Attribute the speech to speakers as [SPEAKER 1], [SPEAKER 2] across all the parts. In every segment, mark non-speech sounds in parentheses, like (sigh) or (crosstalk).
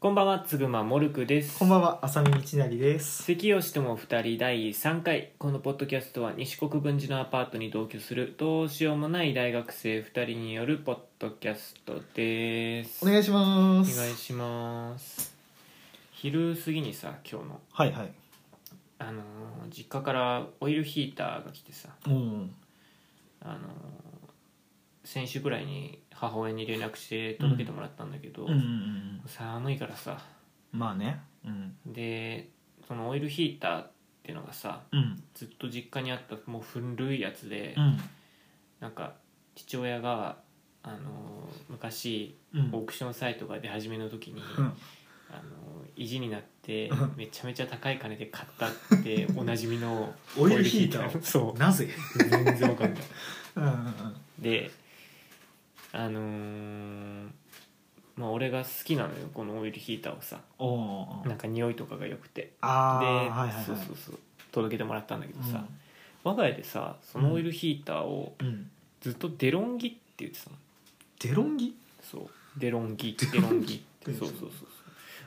[SPEAKER 1] こんばんは、つぐまもるくです。
[SPEAKER 2] こんばんは、浅見道成です。
[SPEAKER 1] 咳をしても二人第3回このポッドキャストは西国分寺のアパートに同居するどうしようもない大学生二人によるポッドキャストです
[SPEAKER 2] お願いしま
[SPEAKER 1] お願い
[SPEAKER 2] す。
[SPEAKER 1] します昼過ぎにさ今日の、
[SPEAKER 2] はいはい。
[SPEAKER 1] あのー実家からオイルヒーターが来てさ、
[SPEAKER 2] うん。
[SPEAKER 1] あのー先週ぐらいに母親に連絡して届けてもらったんだけど、
[SPEAKER 2] うんうんうん。
[SPEAKER 1] 寒いからさ
[SPEAKER 2] まあね。うん。
[SPEAKER 1] でそのオイルヒーターってのがさ
[SPEAKER 2] うん。
[SPEAKER 1] ずっと実家にあったもう古いやつで、
[SPEAKER 2] うん。
[SPEAKER 1] なんか父親が、あのー昔
[SPEAKER 2] うん。
[SPEAKER 1] オークションサイトが出始めの時に、
[SPEAKER 2] う
[SPEAKER 1] あの
[SPEAKER 2] ん
[SPEAKER 1] ー意地になって
[SPEAKER 2] うん
[SPEAKER 1] めちゃめちゃ高い金で買った
[SPEAKER 2] (laughs)
[SPEAKER 1] っておなじみの
[SPEAKER 2] オイルヒーターを
[SPEAKER 1] オイルそ
[SPEAKER 2] なぜ。
[SPEAKER 1] う全然わかんない
[SPEAKER 2] (laughs) うんうんうん。
[SPEAKER 1] であのーまあ俺が好きなのよこのオイルヒーターをさ
[SPEAKER 2] おお
[SPEAKER 1] なん。か匂いとかが良くて
[SPEAKER 2] あ
[SPEAKER 1] で、
[SPEAKER 2] あ。はいはい
[SPEAKER 1] そう
[SPEAKER 2] はい
[SPEAKER 1] そうそう届けてもらったんだけどさ、
[SPEAKER 2] うん
[SPEAKER 1] 我が家でさそのオイルヒーターを
[SPEAKER 2] うん。
[SPEAKER 1] ずっとデロンギって言ってたの
[SPEAKER 2] デロンギ。
[SPEAKER 1] そうデロンギデロンギってそ
[SPEAKER 2] (laughs) デロンギ
[SPEAKER 1] うそうそう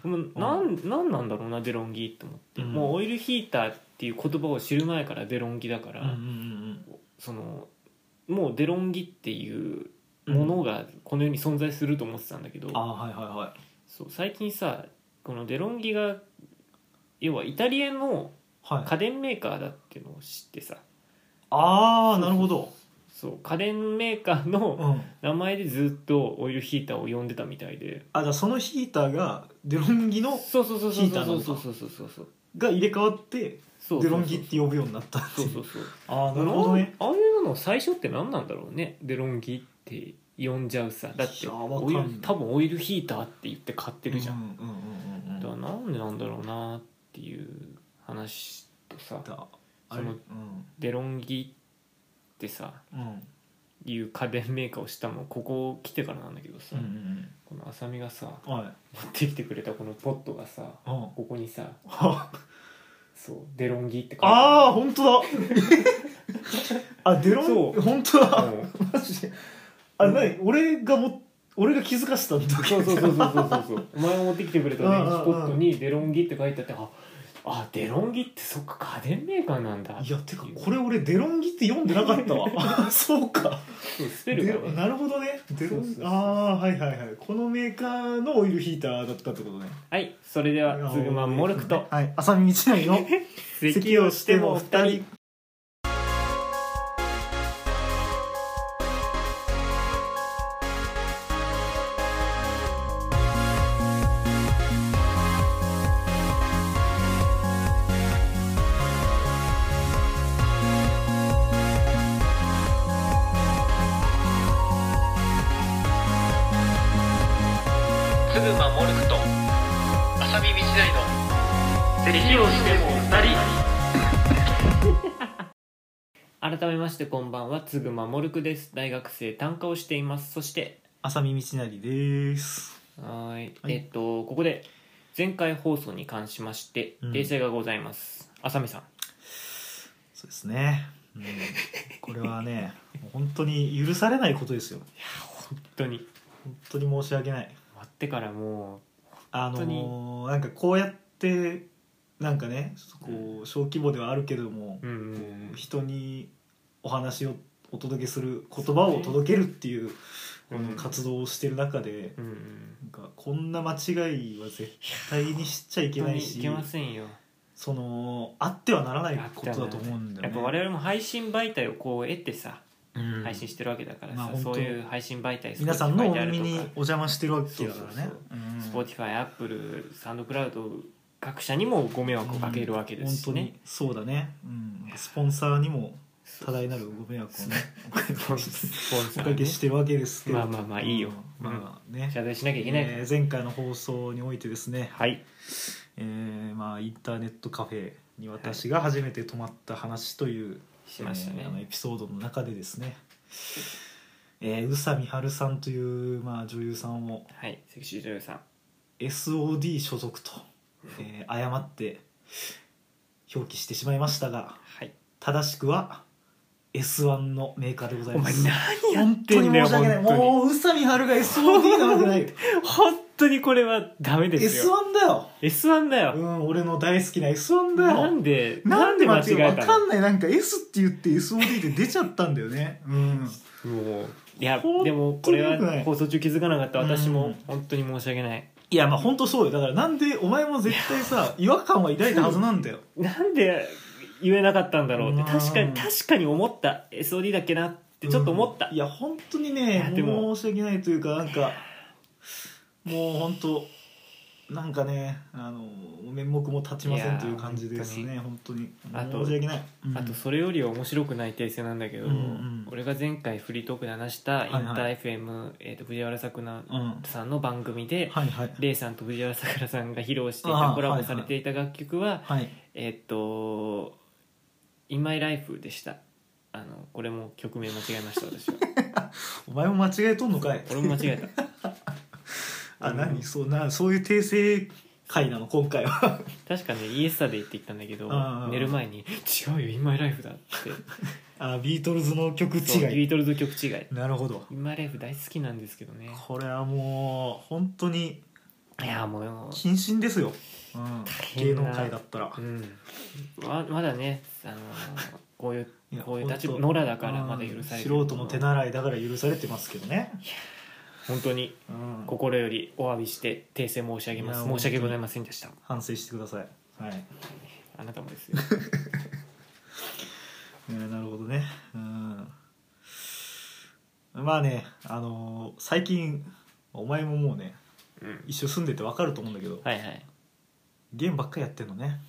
[SPEAKER 1] そうもうなんなんなんだろうなデロンギって思って、
[SPEAKER 2] うん
[SPEAKER 1] もうオイルヒーターっていう言葉を知る前からデロンギだか
[SPEAKER 2] う
[SPEAKER 1] ら、
[SPEAKER 2] ん
[SPEAKER 1] そのもうデロンギっていうものがこの世に存在すると思ってたんだけど、
[SPEAKER 2] ああ、はいはいはい。
[SPEAKER 1] そう最近さこのデロンギが要はイタリアの
[SPEAKER 2] はい。
[SPEAKER 1] 家電メーカーだっていうのを知ってさ
[SPEAKER 2] ああ、なるほど。
[SPEAKER 1] そう家電メーカー
[SPEAKER 2] う
[SPEAKER 1] の
[SPEAKER 2] ん。
[SPEAKER 1] 名前でずっとオイルヒーターを呼んでたみたいで
[SPEAKER 2] あ、じゃあ、そのヒーターが、デロンギの、
[SPEAKER 1] そうそうそうそう
[SPEAKER 2] ヒーター
[SPEAKER 1] そ
[SPEAKER 2] な
[SPEAKER 1] う
[SPEAKER 2] の
[SPEAKER 1] そう
[SPEAKER 2] か
[SPEAKER 1] そうそうそうそう
[SPEAKER 2] が入れ替わって。
[SPEAKER 1] そう
[SPEAKER 2] デロンギって呼ぶようになったっ
[SPEAKER 1] そ
[SPEAKER 2] ていうう。
[SPEAKER 1] そうそう
[SPEAKER 2] ああ、なるほどね。
[SPEAKER 1] ああいうの最初って何なんだろうねデロンギって呼んじゃうさだって
[SPEAKER 2] いや
[SPEAKER 1] オ
[SPEAKER 2] わ
[SPEAKER 1] イ
[SPEAKER 2] かんない
[SPEAKER 1] ル多分オイルヒーターって言って買ってるじゃん、
[SPEAKER 2] うんうんうんうんうん
[SPEAKER 1] だからなんでなんだろうなっていう話とさ
[SPEAKER 2] だあれ
[SPEAKER 1] その
[SPEAKER 2] うん
[SPEAKER 1] デロンギってさ
[SPEAKER 2] うん
[SPEAKER 1] いう家電メーカーをしたのここ来てからなんだけどさ、
[SPEAKER 2] うん
[SPEAKER 1] この浅見がさ
[SPEAKER 2] うんはい
[SPEAKER 1] 持ってきてくれたこのポットがさ
[SPEAKER 2] うん
[SPEAKER 1] ここにさ
[SPEAKER 2] あ
[SPEAKER 1] そうデロンギって書いて
[SPEAKER 2] あー本当だあデロ
[SPEAKER 1] そ
[SPEAKER 2] ン
[SPEAKER 1] う
[SPEAKER 2] 本当
[SPEAKER 1] あ
[SPEAKER 2] だ
[SPEAKER 1] る
[SPEAKER 2] マジであなに俺がも俺が気づかせたんだ
[SPEAKER 1] うん
[SPEAKER 2] け
[SPEAKER 1] そう
[SPEAKER 2] ど
[SPEAKER 1] そうそうそうそうそうそうお前が持ってきてくれた電
[SPEAKER 2] うんうん
[SPEAKER 1] 子
[SPEAKER 2] うん
[SPEAKER 1] ポットにデロンギって書いてあってああデロンギってそっか家電メーカーなんだ
[SPEAKER 2] いやてかこれ俺デロンギって読んでなかったわそうか
[SPEAKER 1] (laughs) そう捨てるか
[SPEAKER 2] デ
[SPEAKER 1] ら
[SPEAKER 2] なるほどねデロン
[SPEAKER 1] そうそうそう
[SPEAKER 2] ああはいはいはいこのメーカーのオイルヒーターだったってことね
[SPEAKER 1] はいそれではズグマンモルクと
[SPEAKER 2] はい浅見道成の
[SPEAKER 1] 咳をしても二人ズグマモルクと浅見道大の咳をしても二人改めましてこんばんはつぐまもるくです大学生単価をしていますそして
[SPEAKER 2] 浅見道成です
[SPEAKER 1] はーい
[SPEAKER 2] はい
[SPEAKER 1] えっとここで前回放送に関しまして
[SPEAKER 2] うん
[SPEAKER 1] 訂正がございます、浅見さん
[SPEAKER 2] そうですね、うん、これはねもう本当に許されないことですよ
[SPEAKER 1] 本当に
[SPEAKER 2] 本当に申し訳ない
[SPEAKER 1] 終わってからも
[SPEAKER 2] あ
[SPEAKER 1] 本
[SPEAKER 2] のーなんかこうやってなんかねこう小規模ではあるけども
[SPEAKER 1] う、うんうんうん
[SPEAKER 2] 人にお話をお届けする言葉を届けるっていうこの活動をしてる中で
[SPEAKER 1] うんうん
[SPEAKER 2] なんかこんな間違いは絶対にしちゃいけ
[SPEAKER 1] 本当
[SPEAKER 2] な
[SPEAKER 1] に
[SPEAKER 2] い
[SPEAKER 1] い
[SPEAKER 2] し
[SPEAKER 1] けませんよ
[SPEAKER 2] そのあってはならないことだと思うんだ
[SPEAKER 1] や
[SPEAKER 2] よ
[SPEAKER 1] っ
[SPEAKER 2] ね。
[SPEAKER 1] ぱ我々も配信媒体をこう得てさ
[SPEAKER 2] うん
[SPEAKER 1] 配信してるわけだから
[SPEAKER 2] まあ
[SPEAKER 1] さ、
[SPEAKER 2] 本当
[SPEAKER 1] そういう配信媒体
[SPEAKER 2] 皆さんのお
[SPEAKER 1] Spotify である
[SPEAKER 2] 耳
[SPEAKER 1] とか
[SPEAKER 2] にお邪魔してるわけだから
[SPEAKER 1] そう
[SPEAKER 2] ね
[SPEAKER 1] そう
[SPEAKER 2] うん
[SPEAKER 1] スポーティファイ、アップル、サンドクラウド各社にもご迷惑をかけるわけですし
[SPEAKER 2] 本当
[SPEAKER 1] ね
[SPEAKER 2] に。そうだね、うん、スポンサーにも多大なるご迷惑をね
[SPEAKER 1] スポンサ
[SPEAKER 2] お
[SPEAKER 1] ー
[SPEAKER 2] か
[SPEAKER 1] ね
[SPEAKER 2] けしてるわけですけど
[SPEAKER 1] まあまあまあいいよ
[SPEAKER 2] うんまあね
[SPEAKER 1] 謝罪しなきゃいけないから。
[SPEAKER 2] えー前回の放送においてですね、
[SPEAKER 1] はい。
[SPEAKER 2] えーまあ、インターネットカフェに私が初めて泊まった話という、
[SPEAKER 1] しました
[SPEAKER 2] えーあのエ
[SPEAKER 1] ね。
[SPEAKER 2] ピソードの中でですね、えー、宇佐美春さんという、まあ、女優さんを
[SPEAKER 1] はい。セクシー女優さん。
[SPEAKER 2] SOD 所属と、えー誤って表記してしまいましたが
[SPEAKER 1] はい。
[SPEAKER 2] 正しくは S1 のメーカーでござい
[SPEAKER 1] お
[SPEAKER 2] ま
[SPEAKER 1] 前
[SPEAKER 2] す
[SPEAKER 1] 何やってんだよ、
[SPEAKER 2] 本当に申し訳ない
[SPEAKER 1] 本当に。
[SPEAKER 2] (laughs) もう宇佐美春が SOD なわけない
[SPEAKER 1] 本当にこれはダメです
[SPEAKER 2] S1
[SPEAKER 1] よ
[SPEAKER 2] だよ
[SPEAKER 1] S1 だ
[SPEAKER 2] う
[SPEAKER 1] よ、
[SPEAKER 2] ん俺の大好きな S1 だ
[SPEAKER 1] な
[SPEAKER 2] よ
[SPEAKER 1] んで
[SPEAKER 2] なんで間違え
[SPEAKER 1] なん
[SPEAKER 2] わ
[SPEAKER 1] た
[SPEAKER 2] か
[SPEAKER 1] の
[SPEAKER 2] んないなんか S って言って SOD って出ちゃったんだよねうん
[SPEAKER 1] もういや
[SPEAKER 2] ほんと
[SPEAKER 1] でもこれ
[SPEAKER 2] よくな
[SPEAKER 1] はい放送中気づかなかった私
[SPEAKER 2] うん
[SPEAKER 1] も本当に申し訳ない
[SPEAKER 2] いやまあ本当そうよだからなんでお前も絶対さ違和感は抱いたはずなんだよ
[SPEAKER 1] なんで言えなかったんだろうって
[SPEAKER 2] うん
[SPEAKER 1] 確かに確かに思った SOD だっけなってちょっと思った、
[SPEAKER 2] うんいや本当に
[SPEAKER 1] いや
[SPEAKER 2] ね
[SPEAKER 1] でも
[SPEAKER 2] 申し訳ないというかなんかもう本当なんかねあの面目も立ちませんという感じですね本当に
[SPEAKER 1] あと
[SPEAKER 2] 申し訳ない、うん
[SPEAKER 1] あとそれより面白くない訂正なんだけど、
[SPEAKER 2] うんうん
[SPEAKER 1] 俺が前回フリートークで話したインタ
[SPEAKER 2] はいはい
[SPEAKER 1] ー FM、えー、と藤原さくな
[SPEAKER 2] うんは
[SPEAKER 1] さんの番組で、
[SPEAKER 2] いはい
[SPEAKER 1] レイさんと藤原さくらさんが披露してい
[SPEAKER 2] あ
[SPEAKER 1] た
[SPEAKER 2] あ
[SPEAKER 1] コラ
[SPEAKER 2] はい
[SPEAKER 1] ボ
[SPEAKER 2] は
[SPEAKER 1] さ
[SPEAKER 2] い
[SPEAKER 1] れていた楽曲は、
[SPEAKER 2] はい
[SPEAKER 1] えーっ、と「In My Life」でしたあのこれも曲名間違えました
[SPEAKER 2] (laughs)
[SPEAKER 1] 私は
[SPEAKER 2] お前も間違えとんのかい
[SPEAKER 1] 俺も間違えた
[SPEAKER 2] あ
[SPEAKER 1] うん
[SPEAKER 2] 何そうなそういう訂正会なの今回は (laughs)
[SPEAKER 1] 確かねイエスタで言ってきたんだけど
[SPEAKER 2] ああ
[SPEAKER 1] 寝る前に「違うよ In My Life だ」って
[SPEAKER 2] (laughs) あビートルズの曲
[SPEAKER 1] そう
[SPEAKER 2] 違
[SPEAKER 1] ビ
[SPEAKER 2] い
[SPEAKER 1] ートルズ曲違い
[SPEAKER 2] なるほど
[SPEAKER 1] 「In My Life」大好きなんですけどね
[SPEAKER 2] これはもう本当に
[SPEAKER 1] いやもう
[SPEAKER 2] 謹慎ですよ、うん、芸
[SPEAKER 1] 変な
[SPEAKER 2] 能界だったら
[SPEAKER 1] うん、ままだね、あのーこういう
[SPEAKER 2] いや
[SPEAKER 1] こういう立場
[SPEAKER 2] 本当
[SPEAKER 1] 野良だからまだ許されてる
[SPEAKER 2] うん素人の手習いだから許されてますけどね、
[SPEAKER 1] 本当に
[SPEAKER 2] うん、
[SPEAKER 1] 心よりお詫びして訂正申し上げま
[SPEAKER 2] い
[SPEAKER 1] す
[SPEAKER 2] や
[SPEAKER 1] 申し訳ございませんでした
[SPEAKER 2] 反省してくださいはい
[SPEAKER 1] あなたもです
[SPEAKER 2] (laughs)
[SPEAKER 1] よ
[SPEAKER 2] えーなるほどねうんまあねあのー最近お前ももうね
[SPEAKER 1] うん
[SPEAKER 2] 一緒住んでてわかると思うんだけど、
[SPEAKER 1] はいはい
[SPEAKER 2] ゲームばっかりやってんのね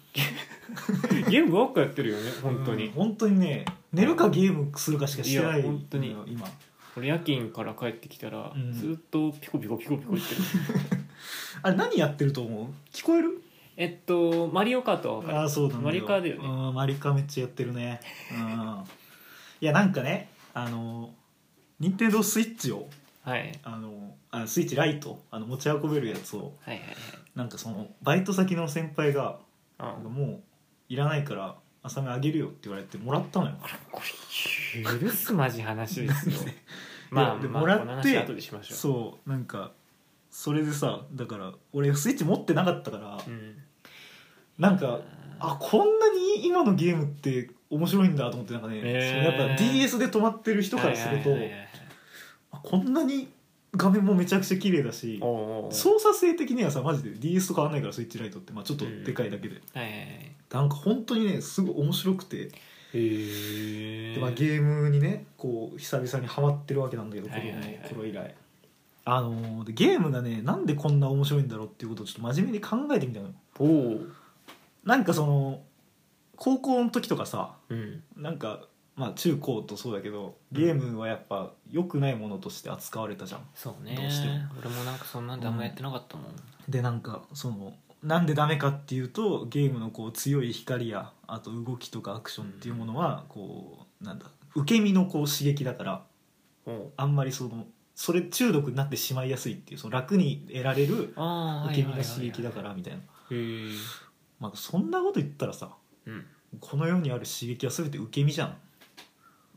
[SPEAKER 1] ゲームばっかやってるよね本当に、
[SPEAKER 2] うん本当にね寝るかゲームするかしかしてない
[SPEAKER 1] いや本当に
[SPEAKER 2] のよ今
[SPEAKER 1] 俺夜勤から帰ってきたら、
[SPEAKER 2] うん
[SPEAKER 1] ずっとピコピコピコピコ言ってる
[SPEAKER 2] あれ何やってると思う聞こえる
[SPEAKER 1] えっとマリオカートは分かる
[SPEAKER 2] ああそうなんだ
[SPEAKER 1] マリカーだよね
[SPEAKER 2] うんマリカーめっちゃやってるねうんいやなんかねあの任天堂スイッチを
[SPEAKER 1] はい
[SPEAKER 2] あのあスイッチライトあの持ち運べるやつを
[SPEAKER 1] はいはい
[SPEAKER 2] なんかそのバイト先の先輩が
[SPEAKER 1] はいあ
[SPEAKER 2] 「もういらないから浅めあげるよ」って言われてもらったのよ
[SPEAKER 1] これ許すまじ話です
[SPEAKER 2] (laughs)
[SPEAKER 1] よまあ
[SPEAKER 2] で
[SPEAKER 1] まあ
[SPEAKER 2] もらって
[SPEAKER 1] この話後でしましょう
[SPEAKER 2] そうなんかそれでさだから俺スイッチ持ってなかったから
[SPEAKER 1] うん
[SPEAKER 2] なんかあこんなに今のゲームって面白いんだと思ってなんかね、
[SPEAKER 1] へー
[SPEAKER 2] そうやっぱ DS で止まってる人からすると、
[SPEAKER 1] はいはいはいはい
[SPEAKER 2] あこんなに画面もめちゃくちゃ綺麗だし
[SPEAKER 1] おうおう
[SPEAKER 2] 操作性的にはさマジで DS と変わんないからスイッチライトって、まあ、ちょっとでかいだけで、
[SPEAKER 1] はいはいはい
[SPEAKER 2] なんか本当にねすごい面白くて、
[SPEAKER 1] へ
[SPEAKER 2] でまあ、ゲームにねこう久々にハマってるわけなんだけど子
[SPEAKER 1] は
[SPEAKER 2] 供
[SPEAKER 1] いはいはい
[SPEAKER 2] の頃以来、あのーでゲームがねなんでこんな面白いんだろうっていうことをちょっと真面目に考えてみたのよ
[SPEAKER 1] おお
[SPEAKER 2] なんかその高校の時とかさ
[SPEAKER 1] うん
[SPEAKER 2] なんかまあ中高とそうだけどゲームはやっぱ良くないものとして扱われたじゃん
[SPEAKER 1] そうね
[SPEAKER 2] どうしても
[SPEAKER 1] 俺もなんかそんなんであんまやってなかったもん、
[SPEAKER 2] でなんかそのなんでダメかっていうとゲームのこう強い光やあと動きとかアクションっていうものはこうなんだ受け身のこう刺激だから
[SPEAKER 1] おう
[SPEAKER 2] あんまりそのそれ中毒になってしまいやすいっていうその楽に得られる
[SPEAKER 1] ああ
[SPEAKER 2] 受け身の刺激だかららみたいな、
[SPEAKER 1] へえ
[SPEAKER 2] まあ、そんなこと言ったらさ
[SPEAKER 1] うん
[SPEAKER 2] この世にある刺激は全て受け身じゃん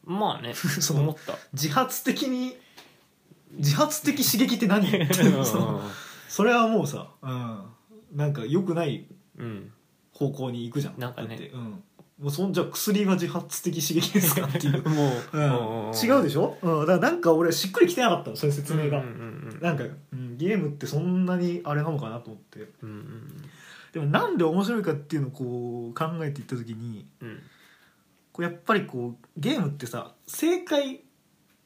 [SPEAKER 1] まあ (laughs) ね
[SPEAKER 2] そ
[SPEAKER 1] 思
[SPEAKER 2] の
[SPEAKER 1] った
[SPEAKER 2] 自発的に自発的刺激 (laughs) って何そのそれはもうさ、うん、なんか良くない
[SPEAKER 1] うん
[SPEAKER 2] 方向に行くじゃん
[SPEAKER 1] なんかね
[SPEAKER 2] だってうん、もうそんじゃあ薬は自発的刺激ですかっていう、
[SPEAKER 1] もう、
[SPEAKER 2] うん
[SPEAKER 1] んんん
[SPEAKER 2] 違うでしょ、うん、だからなんか俺しっくりきてなかったのそういう説明が、
[SPEAKER 1] うんうん
[SPEAKER 2] なんか、うん、ゲームってそんなにあれなのかなと思って
[SPEAKER 1] うんうん
[SPEAKER 2] でもなんで面白いかっていうのをこう考えていった時に
[SPEAKER 1] うんうん
[SPEAKER 2] こうやっぱりこうゲームってさ正解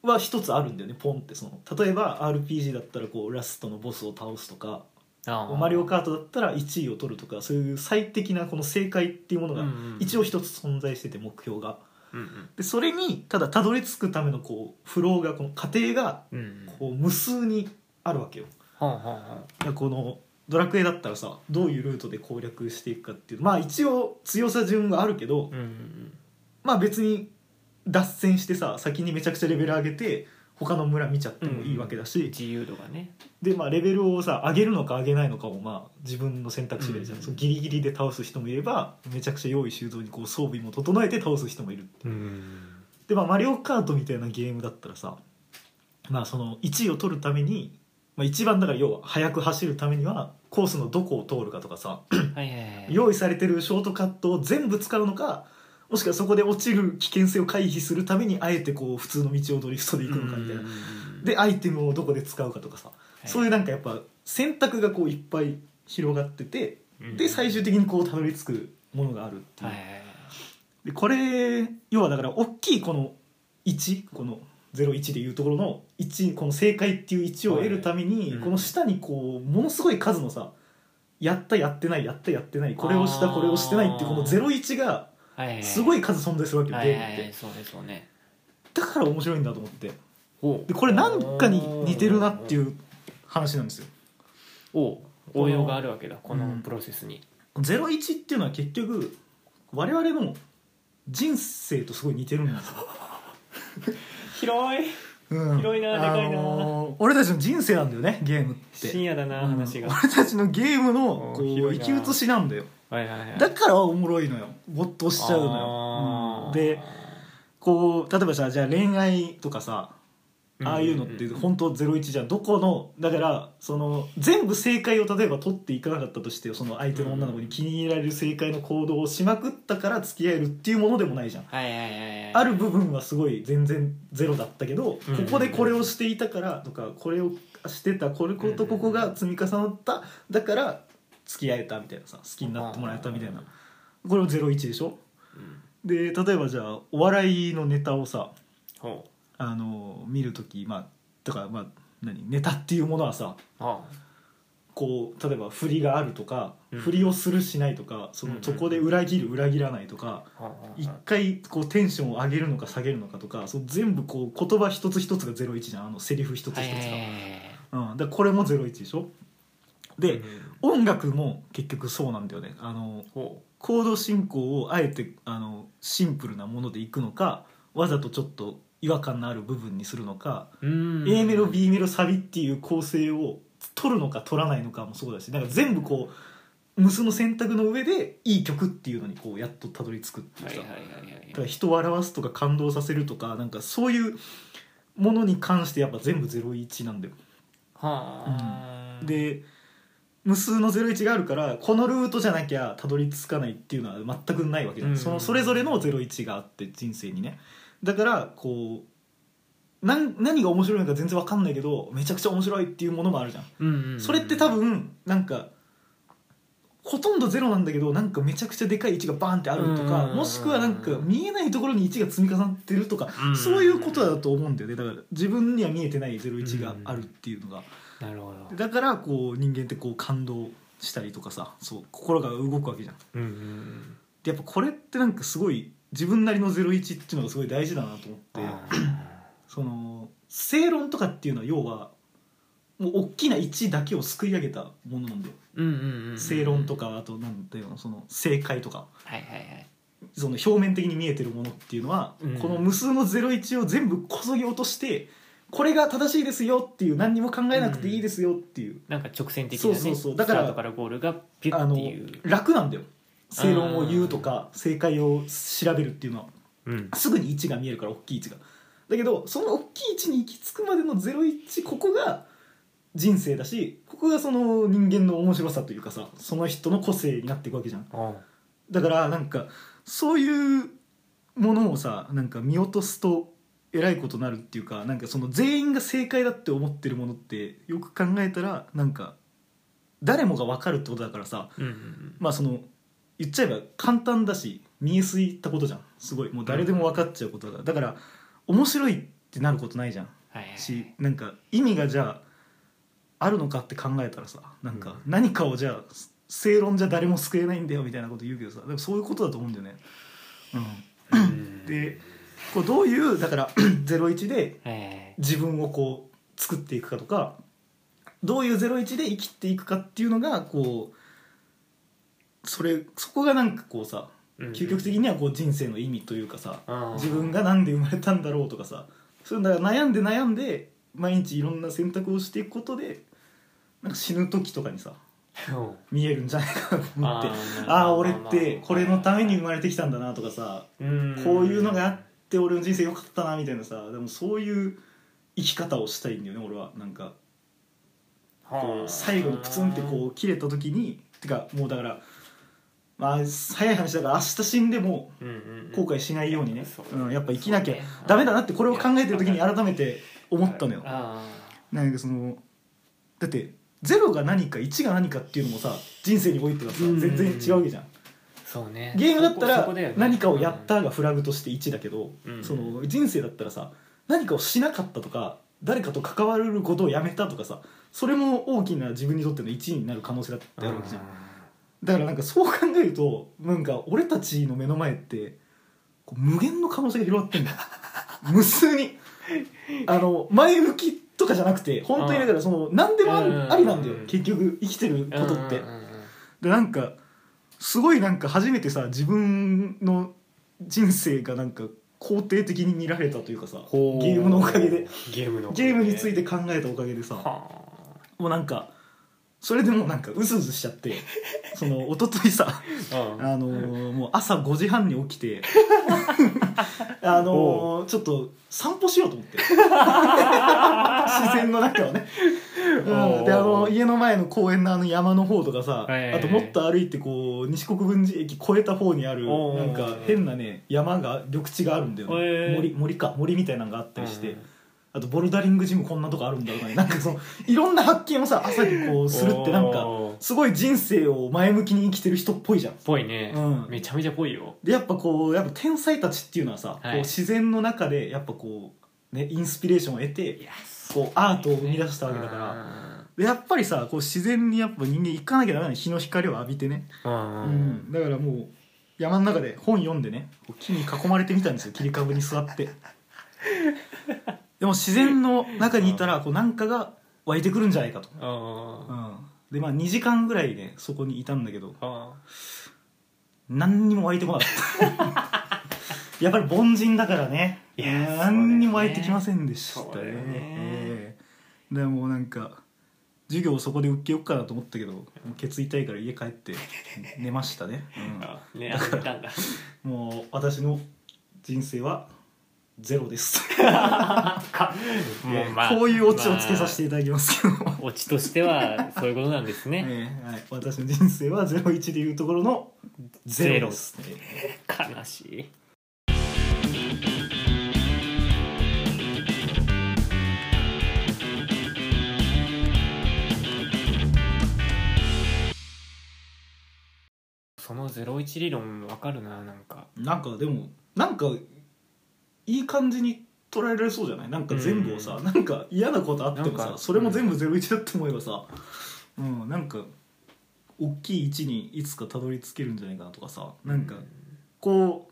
[SPEAKER 2] は一つあるんだよねポンってその例えば RPG だったらこうラストのボスを倒すとか
[SPEAKER 1] あー
[SPEAKER 2] マリオカートだったら1位を取るとかそういう最適なこの正解っていうもの
[SPEAKER 1] うん
[SPEAKER 2] が
[SPEAKER 1] うん
[SPEAKER 2] 一応一つ存在してて目標が
[SPEAKER 1] うんうん
[SPEAKER 2] でそれにただたどり着くためのこうフローがこの過程が
[SPEAKER 1] うんうん
[SPEAKER 2] こう無数にあるわけよ
[SPEAKER 1] はあはあは
[SPEAKER 2] だからこのドラクエだったらさどういうルートで攻略していくかっていうまあ一応強さ順があるけど
[SPEAKER 1] あうんうん
[SPEAKER 2] まあ別に脱線してさ先にめちゃくちゃレベル上げて他の村見ちゃってもいいわけだし、
[SPEAKER 1] 自由度がね
[SPEAKER 2] でまあレベルをさ上げるのか上げないのかもまあ自分の選択肢でじゃん、
[SPEAKER 1] うん
[SPEAKER 2] そのギリギリで倒す人もいればめちゃくちゃ用意周到にこう装備も整えて倒す人もいる
[SPEAKER 1] うん
[SPEAKER 2] でまあマリオカートみたいなゲームだったらさまあその1位を取るためにままあ、一番だから要は速く走るためにはコースのどこを通るかとかさ
[SPEAKER 1] はいはいはい
[SPEAKER 2] 用意されてるショートカットを全部使うのかもしくはそこで落ちる危険性を回避するためにあえてこう普通の道をドリフトで行くのかみたいな
[SPEAKER 1] うんうんうんうん
[SPEAKER 2] でアイテムをどこで使うかとかさ、そういうなんかやっぱ選択がこういっぱい広がってて
[SPEAKER 1] はい
[SPEAKER 2] で最終的にこうたどり着くものがあるっていう、
[SPEAKER 1] はいはいはい
[SPEAKER 2] でこれ要はだから大きいこの1この01でいうところの1この正解っていう1を得るために、
[SPEAKER 1] はい
[SPEAKER 2] この下にこうものすごい数のさやったやってないやったやってないこれをした
[SPEAKER 1] あー
[SPEAKER 2] これをしてないっていうこの01が
[SPEAKER 1] はいはいはい
[SPEAKER 2] すごい数存在するわけよ、
[SPEAKER 1] は
[SPEAKER 2] ゲ
[SPEAKER 1] い
[SPEAKER 2] ーム
[SPEAKER 1] は
[SPEAKER 2] っ
[SPEAKER 1] い
[SPEAKER 2] て、
[SPEAKER 1] はいそうねそうね
[SPEAKER 2] だから面白いんだと思って
[SPEAKER 1] ほう
[SPEAKER 2] でこれなんかに似てるなっていう話なんですよ
[SPEAKER 1] おう応用があるわけだこの
[SPEAKER 2] うん
[SPEAKER 1] プロセスに
[SPEAKER 2] 01っていうのは結局我々の人生とすごい似てるんですよ
[SPEAKER 1] 広い
[SPEAKER 2] うん
[SPEAKER 1] 広いなでかいな
[SPEAKER 2] のー俺たちの人生なんだよねゲームって
[SPEAKER 1] 深夜だな
[SPEAKER 2] うん
[SPEAKER 1] 話が
[SPEAKER 2] 俺たちのゲームのこ
[SPEAKER 1] うん
[SPEAKER 2] う
[SPEAKER 1] 広い
[SPEAKER 2] 生
[SPEAKER 1] な
[SPEAKER 2] き写しなんだよ
[SPEAKER 1] はいはいはい
[SPEAKER 2] だからおもろいのよ没頭しちゃうのよ、
[SPEAKER 1] あ
[SPEAKER 2] うん
[SPEAKER 1] ー
[SPEAKER 2] でこう例えばさじゃあ恋愛とかさああいうのって
[SPEAKER 1] んんん
[SPEAKER 2] 本当ゼ01じゃんどこのだからその全部正解を例えば取っていかなかったとしてその相手の女の子に気に入られる正解の行動をしまくったから付き合えるっていうものでもないじゃん
[SPEAKER 1] はいはいはいはい
[SPEAKER 2] ある部分はすごい全然ゼロだったけど、
[SPEAKER 1] うん
[SPEAKER 2] ここでこれをしていたからとかこれをしてたこれことここが積み重なっただから付き合えたみたいなさ好きになってもらえたみたいなこれも01でしょ
[SPEAKER 1] うん
[SPEAKER 2] で例えばじゃあお笑いのネタをさ
[SPEAKER 1] ほ
[SPEAKER 2] あの見る時まあだからまあ何ネタっていうものはさ
[SPEAKER 1] うは
[SPEAKER 2] こう例えば振りがあるとか、
[SPEAKER 1] うん
[SPEAKER 2] 振りをするしないとかそのそこで裏切る裏切らないとか、
[SPEAKER 1] あはあ
[SPEAKER 2] 一回こうテンションを上げるのか下げるのかとかそう全部こう言葉一つ一つが01じゃんあのセリフ一つ一つが、
[SPEAKER 1] はいはいはい
[SPEAKER 2] うん、だからこれも01でしょ
[SPEAKER 1] はい
[SPEAKER 2] で、
[SPEAKER 1] うん
[SPEAKER 2] 音楽も結局そうなんだよねあの
[SPEAKER 1] ほ
[SPEAKER 2] コード進行をあえてあのシンプルなものでいくのかわざとちょっと違和感のある部分にするのか、
[SPEAKER 1] ううん
[SPEAKER 2] A メロ B メロサビっていう構成を取るのか取らないのかもそうだしなんか全部こう無数の選択の上でいい曲っていうのにこうやっとたどり着くっていう
[SPEAKER 1] はい
[SPEAKER 2] さ、
[SPEAKER 1] はいはいはい
[SPEAKER 2] だから人を表すとか感動させるとかなんかそういうものに関してやっぱ全部01なんだよ、
[SPEAKER 1] はあ
[SPEAKER 2] で無数の01があるからこのルートじゃなきゃたどり着かないっていうのは全くないわけじゃん、
[SPEAKER 1] うん
[SPEAKER 2] そのそれぞれの01があって人生にねだからこうなん何が面白いのか全然わかんないけどめちゃくちゃ面白いっていうものもあるじゃん
[SPEAKER 1] うんうんうん
[SPEAKER 2] それって多分なんかほとんどゼロなんだけどなんかめちゃくちゃでかい1がバーンってあるとか
[SPEAKER 1] うん
[SPEAKER 2] もしくはなんか見えないところに1が積み重なってるとか
[SPEAKER 1] うん
[SPEAKER 2] そういうことだと思うんだよねだから自分には見えてない01があるっていうのが
[SPEAKER 1] なるほど
[SPEAKER 2] だからこう人間ってこう感動したりとかさそう心が動くわけじゃん
[SPEAKER 1] うんうんうん
[SPEAKER 2] でやっぱこれってなんかすごい自分なりの01っていうのがすごい大事だなと思って
[SPEAKER 1] あー
[SPEAKER 2] その正論とかっていうのは要はもう大きな1だけをすくい上げたものなんだよ
[SPEAKER 1] うんうんうんうん
[SPEAKER 2] 正論とかあとなんだよその正解とか
[SPEAKER 1] はいはいはい
[SPEAKER 2] その表面的に見えてるものっていうのは、
[SPEAKER 1] うん
[SPEAKER 2] この無数の01を全部こそぎ落としてこれが正しいですよっていう何にも考えなくていいですよっていう、
[SPEAKER 1] なんか直線的なね
[SPEAKER 2] そうそうそうだから
[SPEAKER 1] スタートからゴールがピュ
[SPEAKER 2] あ
[SPEAKER 1] ッっ
[SPEAKER 2] の
[SPEAKER 1] ていう
[SPEAKER 2] 楽なんだよ正論を言うとか正解を調べるっていうのは
[SPEAKER 1] うん
[SPEAKER 2] すぐに1が見えるから大きい1がだけどその大きい1に行き着くまでの01ここが人生だしここがその人間の面白さというかさその人の個性になっていくわけじゃん
[SPEAKER 1] あ
[SPEAKER 2] だからなんかそういうものをさなんか見落とすとえらいことになるっていうかなんかその全員が正解だって思ってるものってよく考えたらなんか誰もが分かるってことだからさ
[SPEAKER 1] うんうんうん
[SPEAKER 2] まあその言っちゃえば簡単だし見えすいたことじゃんすごいもう誰でも分かっちゃうことだからだから面白いってなることないじゃん
[SPEAKER 1] はいはい
[SPEAKER 2] しなんか意味がじゃああるのかって考えたらさなんか何かをじゃあ正論じゃ誰も救えないんだよみたいなこと言うけどさでもそういうことだと思うんだよね。
[SPEAKER 1] うん
[SPEAKER 2] うん、でこうどういうだから (clears throat) 「01」で
[SPEAKER 1] はいはいはい
[SPEAKER 2] 自分をこう作っていくかとかどういう「01」で生きていくかっていうのがこうそれそこがなんかこうさ
[SPEAKER 1] うんうん
[SPEAKER 2] 究極的にはこう人生の意味というかさ
[SPEAKER 1] あー
[SPEAKER 2] 自分がなんで生まれたんだろうとかさそういうのだから悩んで悩んで毎日いろんな選択をしていくことでなんか死ぬ時とかにさ
[SPEAKER 1] うん
[SPEAKER 2] 見えるんじゃないかなと思って
[SPEAKER 1] あー
[SPEAKER 2] ああー俺ってこれのために生まれてきたんだなとかさ
[SPEAKER 1] うん
[SPEAKER 2] こういうのがあって俺の人生良かったなみたいなさでもそういう生き方をしたいんだよね俺はなんかこう最後にプツンってこう切れた時にてかもうだからまあ早い話だから明日死んでも
[SPEAKER 1] うんうんうん
[SPEAKER 2] 後悔しないようにね
[SPEAKER 1] そう、
[SPEAKER 2] うん、やっぱ生きなきゃ
[SPEAKER 1] そうね
[SPEAKER 2] ダメだなってこれを考えてる時に
[SPEAKER 1] いや
[SPEAKER 2] 改めて思ったのよ
[SPEAKER 1] あ
[SPEAKER 2] なんかそのだって0が何か1が何かっていうのもさ人生においてはさ
[SPEAKER 1] うん
[SPEAKER 2] 全然違うわけじゃん
[SPEAKER 1] ーそうね
[SPEAKER 2] ゲームだった
[SPEAKER 1] そこそこ
[SPEAKER 2] ら
[SPEAKER 1] よね
[SPEAKER 2] 何かをやったがフラグとして1だけど、
[SPEAKER 1] うん
[SPEAKER 2] その人生だったらさ何かをしなかったとか誰かと関わることをやめたとかさそれも大きな自分にとっての1になる可能性だってあるわけじゃん、だからなんかそう考えるとなんか俺たちの目の前ってこう無限の可能性が広がって
[SPEAKER 1] (laughs)
[SPEAKER 2] んだよ無数にあの前向きとかじゃなくて本当にだからその何でもあ
[SPEAKER 1] うんうんうん
[SPEAKER 2] るありなんだよ結局生きてることって、
[SPEAKER 1] うんうんうんうん
[SPEAKER 2] でなんかすごいなんか初めてさ自分の人生がなんか肯定的に見られたというかさゲ
[SPEAKER 1] ほ
[SPEAKER 2] ームのおかげで
[SPEAKER 1] ゲームのおかげ
[SPEAKER 2] ゲ
[SPEAKER 1] で
[SPEAKER 2] ームについて考えたおかげでさ
[SPEAKER 1] は
[SPEAKER 2] もうなんかそれでもうなんかうずうずしちゃってその一昨日さ
[SPEAKER 1] あうん
[SPEAKER 2] あのーもう朝5時半に起
[SPEAKER 1] (laughs)
[SPEAKER 2] きてあのーちょっと散歩しようと思って
[SPEAKER 1] (laughs)
[SPEAKER 2] 自然の中をね、うん、であの家の前の公園のあの山の方とかさ、
[SPEAKER 1] はいはいはい
[SPEAKER 2] あともっと歩いてこう西国分寺駅越えた方にある
[SPEAKER 1] お
[SPEAKER 2] な
[SPEAKER 1] ー
[SPEAKER 2] んか変なね山が緑地があるんだよね、
[SPEAKER 1] へー
[SPEAKER 2] 森森か森みたいなのがあったりして、
[SPEAKER 1] うん
[SPEAKER 2] あとボルダリングジムこんなとこあるんだとかねなんかそのいろんな発見をさ朝にこうするってなんか
[SPEAKER 1] おー
[SPEAKER 2] すごい人生を前向きに生きてる人っぽいじゃん。
[SPEAKER 1] ぽいね、
[SPEAKER 2] うん
[SPEAKER 1] めちゃめちゃぽいよ
[SPEAKER 2] でやっぱこうやっぱ天才たちっていうのはさ、
[SPEAKER 1] はい
[SPEAKER 2] こう自然の中でやっぱこう、ね、インスピレーションを得てこうアートを生み出したわけだから
[SPEAKER 1] ら
[SPEAKER 2] でやっぱりさこう自然にやっぱ人間行かなきゃダメなの日の光を浴びてね、
[SPEAKER 1] うん、
[SPEAKER 2] うんだからもう山の中で本読んでねこう木に囲まれてみたんですよ切り株に座ってでも自然の中にいたらこうなんかが湧いてくるんじゃないかと、う
[SPEAKER 1] あ
[SPEAKER 2] ん、でまあ2時間ぐらいねそこにいたんだけど
[SPEAKER 1] ーあ
[SPEAKER 2] 何にも湧いてこなか
[SPEAKER 1] (laughs)
[SPEAKER 2] ったやっぱり凡人だからね
[SPEAKER 1] いやー
[SPEAKER 2] 何にも湧いてきませんでした
[SPEAKER 1] そうだよね
[SPEAKER 2] ええでもうなんか授業をそこで受けようかなと思ったけどもうケツ痛いから家帰って寝ましたね、
[SPEAKER 1] ーあねあった
[SPEAKER 2] (laughs)
[SPEAKER 1] んだ
[SPEAKER 2] うんもう私の人生はゼロです
[SPEAKER 1] (laughs) もうまあ
[SPEAKER 2] こういうオチをつけさせていただきますけど、
[SPEAKER 1] まあオチとしてはそういうことなんですね、
[SPEAKER 2] ええはい、私の人生はゼロ一でいうところのゼロです、ね、
[SPEAKER 1] 悲しいその01理論わかるななんか
[SPEAKER 2] なんかでもなんかいい感じに捉えられそうじゃないなんか全部をさ、
[SPEAKER 1] う
[SPEAKER 2] なんか嫌なことあっても
[SPEAKER 1] なん
[SPEAKER 2] さ
[SPEAKER 1] か
[SPEAKER 2] それも全部ゼロ一だって思えばさうん、なんか大きい位置にいつかたどり着けるんじゃないかなとかさなんかこう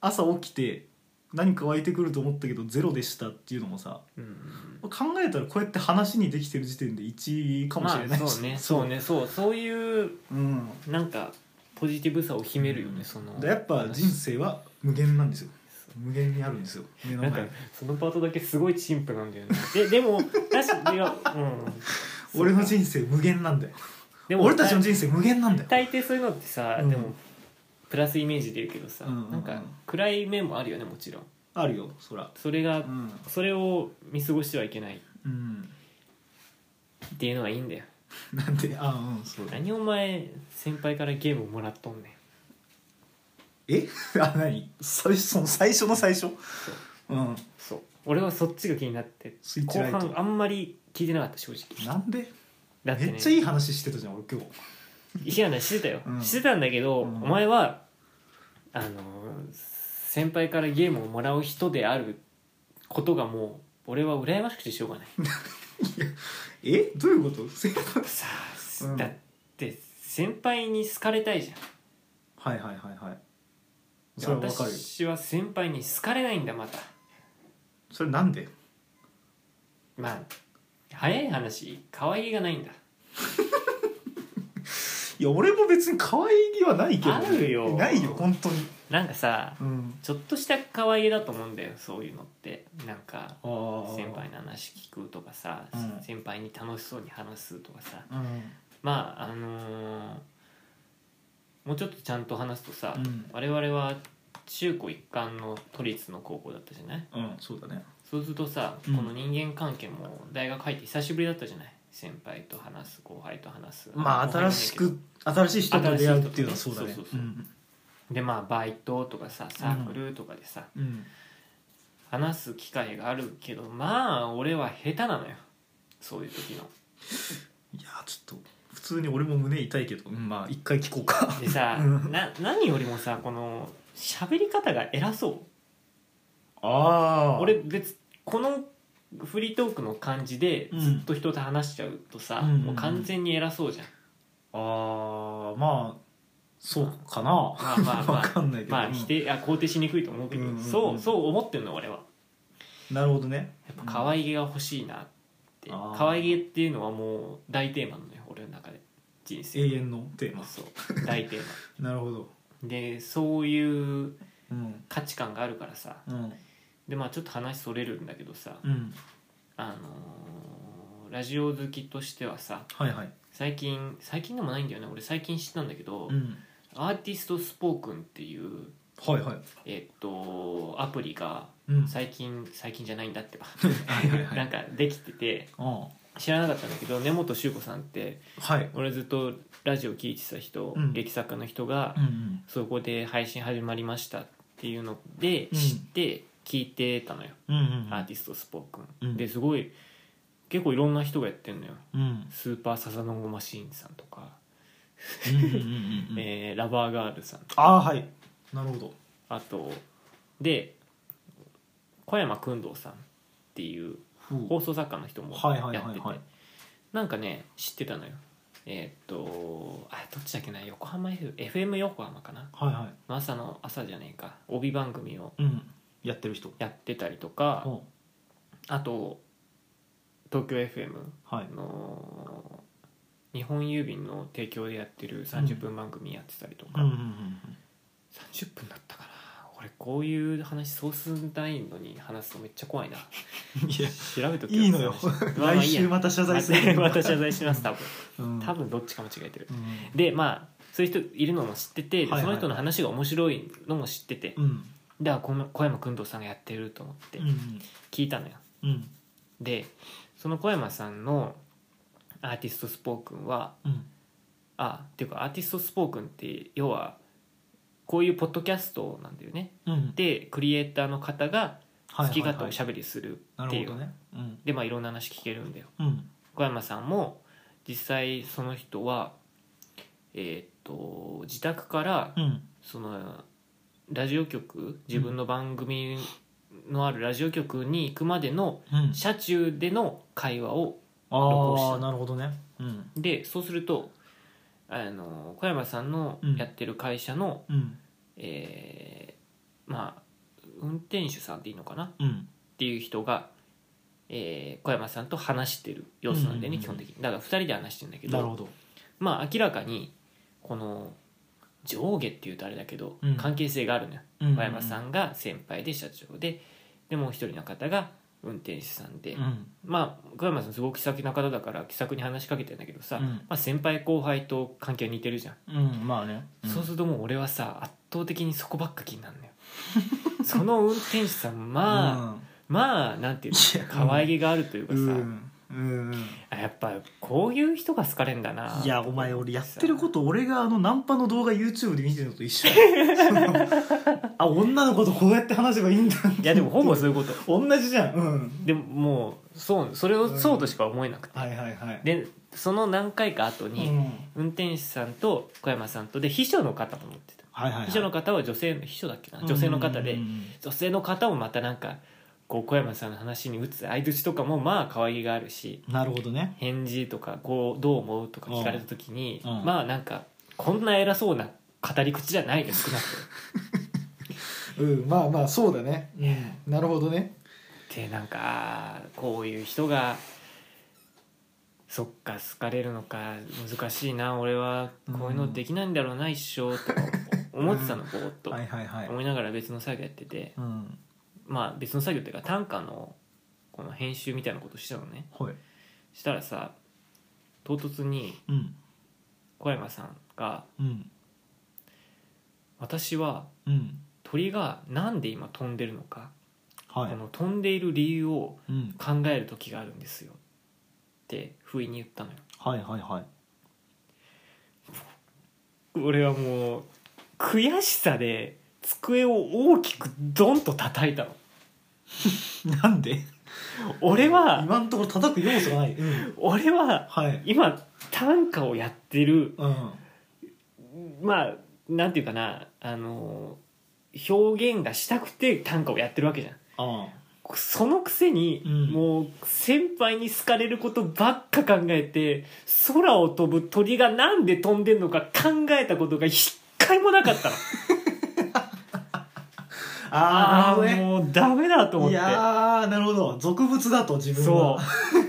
[SPEAKER 2] 朝起きて何か湧いてくると思ったけどゼロでしたっていうのもさ
[SPEAKER 1] うん
[SPEAKER 2] 考えたらこうやって話にできてる時点で1かもしれないし、
[SPEAKER 1] まあ、そうねそうねそうそういう
[SPEAKER 2] うん
[SPEAKER 1] なんかポジティブさを秘めるよね、その
[SPEAKER 2] でやっぱ人生は無限なんですよ無限にあるんですよ目の
[SPEAKER 1] なん
[SPEAKER 2] 前
[SPEAKER 1] か
[SPEAKER 2] に
[SPEAKER 1] そのパートだけすごい陳腐なんだよねででも (laughs) 確かいやうん
[SPEAKER 2] 俺の人生無限なんだよ
[SPEAKER 1] でも
[SPEAKER 2] 俺たちの人生無限なんだよ
[SPEAKER 1] 大抵そういうのってさ、
[SPEAKER 2] うん
[SPEAKER 1] でもプラスイメージで言うけどさ、
[SPEAKER 2] うんうんうん
[SPEAKER 1] なんか暗い面もあるよねもちろん
[SPEAKER 2] あるよそら
[SPEAKER 1] それが、
[SPEAKER 2] うん、
[SPEAKER 1] それを見過ごしてはいけない
[SPEAKER 2] うん、
[SPEAKER 1] っていうのはいいんだよ
[SPEAKER 2] なんであうんそうだ
[SPEAKER 1] 何お前先輩からゲームをもらっとんねん
[SPEAKER 2] え (laughs) あ何最初その最初の最初うん
[SPEAKER 1] そう俺はそっちが気になって
[SPEAKER 2] スイッチ
[SPEAKER 1] 後
[SPEAKER 2] ライ
[SPEAKER 1] 半
[SPEAKER 2] ト
[SPEAKER 1] あんまり聞いてなかった正直
[SPEAKER 2] なんで
[SPEAKER 1] だってね
[SPEAKER 2] めっちゃいい話してたじゃん俺今日
[SPEAKER 1] いやねしてたよ、
[SPEAKER 2] うん
[SPEAKER 1] してたんだけど、
[SPEAKER 2] うん
[SPEAKER 1] お前はあのー先輩からゲームをもらう人であることがもう俺は羨ましくてしょうがない
[SPEAKER 2] えどういうこと (laughs) 先輩
[SPEAKER 1] さあ、
[SPEAKER 2] うん
[SPEAKER 1] だって先輩に好かれたいじゃん
[SPEAKER 2] はいはいはいはいそれはわかるよ
[SPEAKER 1] 私は先輩に好かれないんだまた
[SPEAKER 2] それなんで
[SPEAKER 1] まあ早い話可愛げがないんだ
[SPEAKER 2] いや俺も別に可愛げはないけど、
[SPEAKER 1] あるよ
[SPEAKER 2] ないよ本当に
[SPEAKER 1] なんかさ
[SPEAKER 2] うん
[SPEAKER 1] ちょっとした可愛げだと思うんだよそういうのってなんか
[SPEAKER 2] ああ
[SPEAKER 1] 先輩の話聞くとかさ、
[SPEAKER 2] うん
[SPEAKER 1] 先輩に楽しそうに話すとかさ
[SPEAKER 2] うん
[SPEAKER 1] まああのーもうちょっとちゃんと話すとさ、
[SPEAKER 2] うん
[SPEAKER 1] 我々は中高一貫の都立の高校だったじゃない
[SPEAKER 2] うんそうだね
[SPEAKER 1] そうするとさ、
[SPEAKER 2] うん
[SPEAKER 1] この人間関係も大学入って久しぶりだったじゃない先輩と話す後輩と話す
[SPEAKER 2] まあ
[SPEAKER 1] 後輩
[SPEAKER 2] 新
[SPEAKER 1] じゃねえ
[SPEAKER 2] し
[SPEAKER 1] けど
[SPEAKER 2] く新しい人と出会うっていうのはそ
[SPEAKER 1] 新
[SPEAKER 2] う
[SPEAKER 1] しい人
[SPEAKER 2] だ
[SPEAKER 1] と
[SPEAKER 2] ね
[SPEAKER 1] ねそうそうそうでまあバイトとかさサークルとかでさ、
[SPEAKER 2] うんうん
[SPEAKER 1] 話す機会があるけどまあ俺は下手なのよそういう時の
[SPEAKER 2] いやちょっと普通に俺も胸痛いけど、うんまあ一回聞こうか
[SPEAKER 1] でさ、
[SPEAKER 2] うん
[SPEAKER 1] な何よりもさこの喋り方が偉そう
[SPEAKER 2] ああ
[SPEAKER 1] 俺別このフリートークの感じで
[SPEAKER 2] うん
[SPEAKER 1] ずっと人と話しちゃうとさ、
[SPEAKER 2] うんうんうん
[SPEAKER 1] もう完全に偉そうじゃん、
[SPEAKER 2] ああまあそうかな
[SPEAKER 1] まあまあま
[SPEAKER 2] (laughs) (laughs) わ
[SPEAKER 1] あ
[SPEAKER 2] かんないけど、
[SPEAKER 1] まあ
[SPEAKER 2] うん
[SPEAKER 1] 否定あ肯定しにくいと思うけど、
[SPEAKER 2] うんうんうん
[SPEAKER 1] そうそう思ってんの俺は
[SPEAKER 2] なるほどね
[SPEAKER 1] やっぱ可愛げが欲しいなって、
[SPEAKER 2] あー
[SPEAKER 1] 可愛げっていうのはもう大テーマなのよ俺の中で人生
[SPEAKER 2] 永遠のテーマ
[SPEAKER 1] そう大テー
[SPEAKER 2] なるほど
[SPEAKER 1] マでそういう
[SPEAKER 2] うん
[SPEAKER 1] 価値観があるからさ
[SPEAKER 2] うん
[SPEAKER 1] でまあちょっと話それるんだけどさ、
[SPEAKER 2] うん
[SPEAKER 1] あのーラジオ好きとしてはさ
[SPEAKER 2] はいはい
[SPEAKER 1] 最近最近でもないんだよね俺最近知ったんだけど、
[SPEAKER 2] うん
[SPEAKER 1] アーティストスポークンっていう
[SPEAKER 2] はいはい
[SPEAKER 1] えっとアプリが
[SPEAKER 2] うん
[SPEAKER 1] 最近最近じゃないんだってば
[SPEAKER 2] はいはいはい
[SPEAKER 1] (laughs) なんかできてて
[SPEAKER 2] あ
[SPEAKER 1] 知らなかったんだけど根本修子さんって
[SPEAKER 2] あはい
[SPEAKER 1] 俺ずっとラジオ聞いてた人、
[SPEAKER 2] うん
[SPEAKER 1] 劇作家の人が、
[SPEAKER 2] うんうん
[SPEAKER 1] そこで配信始まりましたっていうので知って聞いてたのよ、
[SPEAKER 2] うんうん
[SPEAKER 1] アーティストスポークン、
[SPEAKER 2] うん
[SPEAKER 1] ですごい結構いろんな人がやってるのよ
[SPEAKER 2] うんうん
[SPEAKER 1] スーパーサザノゴマシーンさんとか、
[SPEAKER 2] うんうんうん
[SPEAKER 1] (laughs) えーラバーガールさん
[SPEAKER 2] ああはいなるほど
[SPEAKER 1] あとで小山君堂さんっていう
[SPEAKER 2] ほ
[SPEAKER 1] 放送作家の人も
[SPEAKER 2] はいはい
[SPEAKER 1] や
[SPEAKER 2] は
[SPEAKER 1] っ
[SPEAKER 2] い
[SPEAKER 1] てて
[SPEAKER 2] はい
[SPEAKER 1] なんかね知ってたのよえーっとあどっちだっけな横浜 F FM 横浜かな
[SPEAKER 2] はいは
[SPEAKER 1] 朝の朝じゃねえか帯番組を
[SPEAKER 2] いうんやってる人
[SPEAKER 1] やってたりとか
[SPEAKER 2] ほ
[SPEAKER 1] あと東京 FM
[SPEAKER 2] うはい
[SPEAKER 1] あのー日本郵便の提供でやってる30分番組やってたりとか、
[SPEAKER 2] うんうんうん
[SPEAKER 1] 30分だったかな俺こういう話そうすんないのに話すのめっちゃ怖いな
[SPEAKER 2] うんいや
[SPEAKER 1] 調べとき
[SPEAKER 2] いいのよ来週また謝罪する
[SPEAKER 1] (laughs) また謝罪します多分
[SPEAKER 2] うん
[SPEAKER 1] 多分どっちか間違えてる
[SPEAKER 2] うん
[SPEAKER 1] でまあそういう人いるのも知ってて、で
[SPEAKER 2] はいはい
[SPEAKER 1] その人の話が面白いのも知ってて、
[SPEAKER 2] うん
[SPEAKER 1] であこの小山君堂さんがやってると思って
[SPEAKER 2] うん
[SPEAKER 1] 聞いたのよ
[SPEAKER 2] うん
[SPEAKER 1] でその小山さんのアーティストスポークンは
[SPEAKER 2] うん
[SPEAKER 1] あっていうかアーティストスポークンって要はこういうポッドキャストなんだよね
[SPEAKER 2] うん
[SPEAKER 1] でクリエイターの方が好き勝手おし
[SPEAKER 2] ゃ
[SPEAKER 1] ゃべりする
[SPEAKER 2] な
[SPEAKER 1] ってい
[SPEAKER 2] る
[SPEAKER 1] う、
[SPEAKER 2] ほどねうん
[SPEAKER 1] でまあいろんな話聞けるんだよ
[SPEAKER 2] うん
[SPEAKER 1] 小山さんも実際その人はえーっと自宅から
[SPEAKER 2] うん
[SPEAKER 1] そのラジオ局自分の番組のあるラジオ局に行くまでの
[SPEAKER 2] うん
[SPEAKER 1] 車中での会話を録音し
[SPEAKER 2] あ
[SPEAKER 1] た
[SPEAKER 2] あなるほどねうん
[SPEAKER 1] でそうするとあの小山さんのやってる会社の、
[SPEAKER 2] うん
[SPEAKER 1] えーまあ運転手さんでいいのかなっ
[SPEAKER 2] うん
[SPEAKER 1] ていう人が、えー小山さんと話してる様子なんだよね、
[SPEAKER 2] うんうんうん
[SPEAKER 1] 基本的にだから2人で話してるんだけど
[SPEAKER 2] なるほど
[SPEAKER 1] まあ明らかにこの上下っていうとあれだけど、
[SPEAKER 2] うん
[SPEAKER 1] 関係性があるのよ
[SPEAKER 2] うんうん
[SPEAKER 1] 小山さんが先輩で社長ででもう一人の方が運転手さんで、
[SPEAKER 2] うん
[SPEAKER 1] まあ小山さんすごく気さくな方だから気さくに話しかけてんだけどさ、
[SPEAKER 2] うん
[SPEAKER 1] まあ、先輩後輩と関係は似てるじゃん、
[SPEAKER 2] うんまあねん
[SPEAKER 1] そうするともう俺はさ圧倒的にそこばっか気になるのよ
[SPEAKER 2] (laughs)
[SPEAKER 1] その運転手さんまあ、まあなんていう
[SPEAKER 2] いや
[SPEAKER 1] の可愛げがあるというか
[SPEAKER 2] う
[SPEAKER 1] さ、
[SPEAKER 2] んうんうんうん
[SPEAKER 1] あやっぱこういう人が好かれんだないい
[SPEAKER 2] やお前俺やってることと俺があのナンパの動画 YouTube で見てるのと一緒だそのあ女の子とこうやって話せばいいんだ
[SPEAKER 1] いやでもほぼそういうこと
[SPEAKER 2] 同じじゃんうん
[SPEAKER 1] でももうそうそれをそうとしか思えなくて、
[SPEAKER 2] はいはいはい
[SPEAKER 1] でその何回か後に、
[SPEAKER 2] うん
[SPEAKER 1] 運転手さんと小山さんとで秘書の方と思ってた、
[SPEAKER 2] はいはいはい
[SPEAKER 1] 秘書の方は女性の秘書だっけな女性の方で、
[SPEAKER 2] うんうんうん
[SPEAKER 1] 女性の方もまたなんかこう小山さんの話に打つ相槌とかもまあ可愛げがあるし
[SPEAKER 2] なるほどね
[SPEAKER 1] 返事とかこうどう思うとか聞かれた時に、
[SPEAKER 2] うんうん
[SPEAKER 1] まあなんかこんな偉そうな語り口じゃないです少なく
[SPEAKER 2] うんまあまあそうだ (laughs) ねなるほどね
[SPEAKER 1] ともでなんかあーこういう人がそっか好かれるのか難しいな俺はこういうのできないんだろうな、一生とか思ってたのぼーっと。
[SPEAKER 2] はいはいはい
[SPEAKER 1] 思いながら別の作業やってて
[SPEAKER 2] うん
[SPEAKER 1] まあ別の作業っていうか短歌のこの編集みたいなことしてたのね
[SPEAKER 2] はい
[SPEAKER 1] したらさ唐突に
[SPEAKER 2] うん
[SPEAKER 1] 小山さんが
[SPEAKER 2] うん
[SPEAKER 1] 「私は
[SPEAKER 2] うん
[SPEAKER 1] 鳥がなんで今飛んでるのか、
[SPEAKER 2] は
[SPEAKER 1] こ
[SPEAKER 2] い
[SPEAKER 1] の飛んでいる理由を
[SPEAKER 2] うん
[SPEAKER 1] 考える時があるんですよ」っって不意に言ったのよ
[SPEAKER 2] はいはいはい
[SPEAKER 1] 俺はもう悔しさで机を大きくドンと叩いたの
[SPEAKER 2] なんで
[SPEAKER 1] 俺は
[SPEAKER 2] 今のところ叩く要素がない、
[SPEAKER 1] 俺は
[SPEAKER 2] はい
[SPEAKER 1] 今短歌をやってる
[SPEAKER 2] うん
[SPEAKER 1] まあなんていうかなあの表現がしたくて短歌をやってるわけじゃん
[SPEAKER 2] あ
[SPEAKER 1] そのくせに、
[SPEAKER 2] うん
[SPEAKER 1] もう先輩に好かれることばっか考えて空を飛ぶ鳥がなんで飛んでんのか考えたことが一回もなかったの
[SPEAKER 2] あ (laughs) ああなるほどね
[SPEAKER 1] もうダメだと思っ
[SPEAKER 2] い
[SPEAKER 1] て
[SPEAKER 2] やーなるほど俗物だと自分
[SPEAKER 1] そ
[SPEAKER 2] は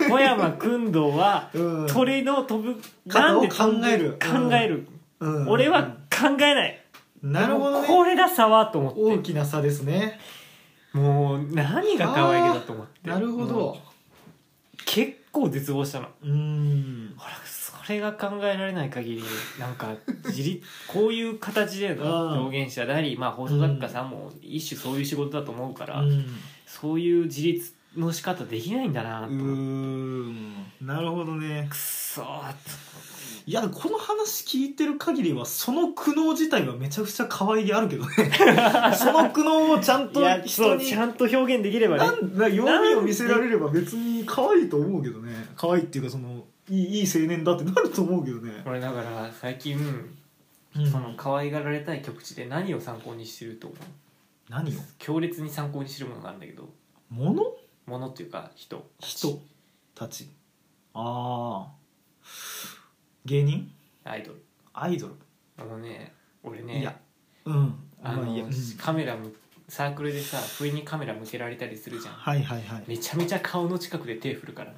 [SPEAKER 1] う小山君堂は
[SPEAKER 2] そう、うん、
[SPEAKER 1] 鳥の飛ぶ
[SPEAKER 2] 肩
[SPEAKER 1] な
[SPEAKER 2] を
[SPEAKER 1] んで飛んでる
[SPEAKER 2] 考える
[SPEAKER 1] 考える、
[SPEAKER 2] うん
[SPEAKER 1] 俺は考えない、
[SPEAKER 2] なるほど
[SPEAKER 1] もうこ
[SPEAKER 2] ね
[SPEAKER 1] れださわと思
[SPEAKER 2] 大
[SPEAKER 1] って
[SPEAKER 2] きな差ですね
[SPEAKER 1] もう何が可愛げだと思って
[SPEAKER 2] なるほ
[SPEAKER 1] もう
[SPEAKER 2] ど
[SPEAKER 1] 結構絶望したの
[SPEAKER 2] うん
[SPEAKER 1] ほらそれが考えられない限りなんか自 (laughs) 立こういう形で
[SPEAKER 2] うん
[SPEAKER 1] の表現者であり、まあ、放送作家さんも一種そういう仕事だと思うから、
[SPEAKER 2] うん
[SPEAKER 1] そういう自立の仕方できないんだなと
[SPEAKER 2] う
[SPEAKER 1] 思って
[SPEAKER 2] んなるほどね
[SPEAKER 1] くそーっ
[SPEAKER 2] いやこの話聞いてる限りはその苦悩自体はめちゃくちゃ可愛げあるけどね
[SPEAKER 1] (laughs)
[SPEAKER 2] その苦悩をちゃん
[SPEAKER 1] と
[SPEAKER 2] と
[SPEAKER 1] いやそ
[SPEAKER 2] 人
[SPEAKER 1] う
[SPEAKER 2] に
[SPEAKER 1] ちゃんと表現できればね
[SPEAKER 2] なんだ弱みを見せられれば別に可愛いと思うけどね可愛いっていうかそのいいいい青年だってなると思うけどね、
[SPEAKER 1] 俺だから最近、その可愛がられたい曲地で何を参考にしてると思う
[SPEAKER 2] 何を
[SPEAKER 1] 強烈に参考にしてるものがあるんだけど
[SPEAKER 2] 物
[SPEAKER 1] ものっていうか人
[SPEAKER 2] 人たちああ芸人
[SPEAKER 1] アイドル
[SPEAKER 2] アイドル、
[SPEAKER 1] あのね俺ね
[SPEAKER 2] いやうん
[SPEAKER 1] あ
[SPEAKER 2] ま
[SPEAKER 1] の
[SPEAKER 2] あいいやうん
[SPEAKER 1] カメラむサークルでさ不意にカメラ向けられたりするじゃん
[SPEAKER 2] はいはいはい
[SPEAKER 1] めちゃめちゃ顔の近くで手振るからね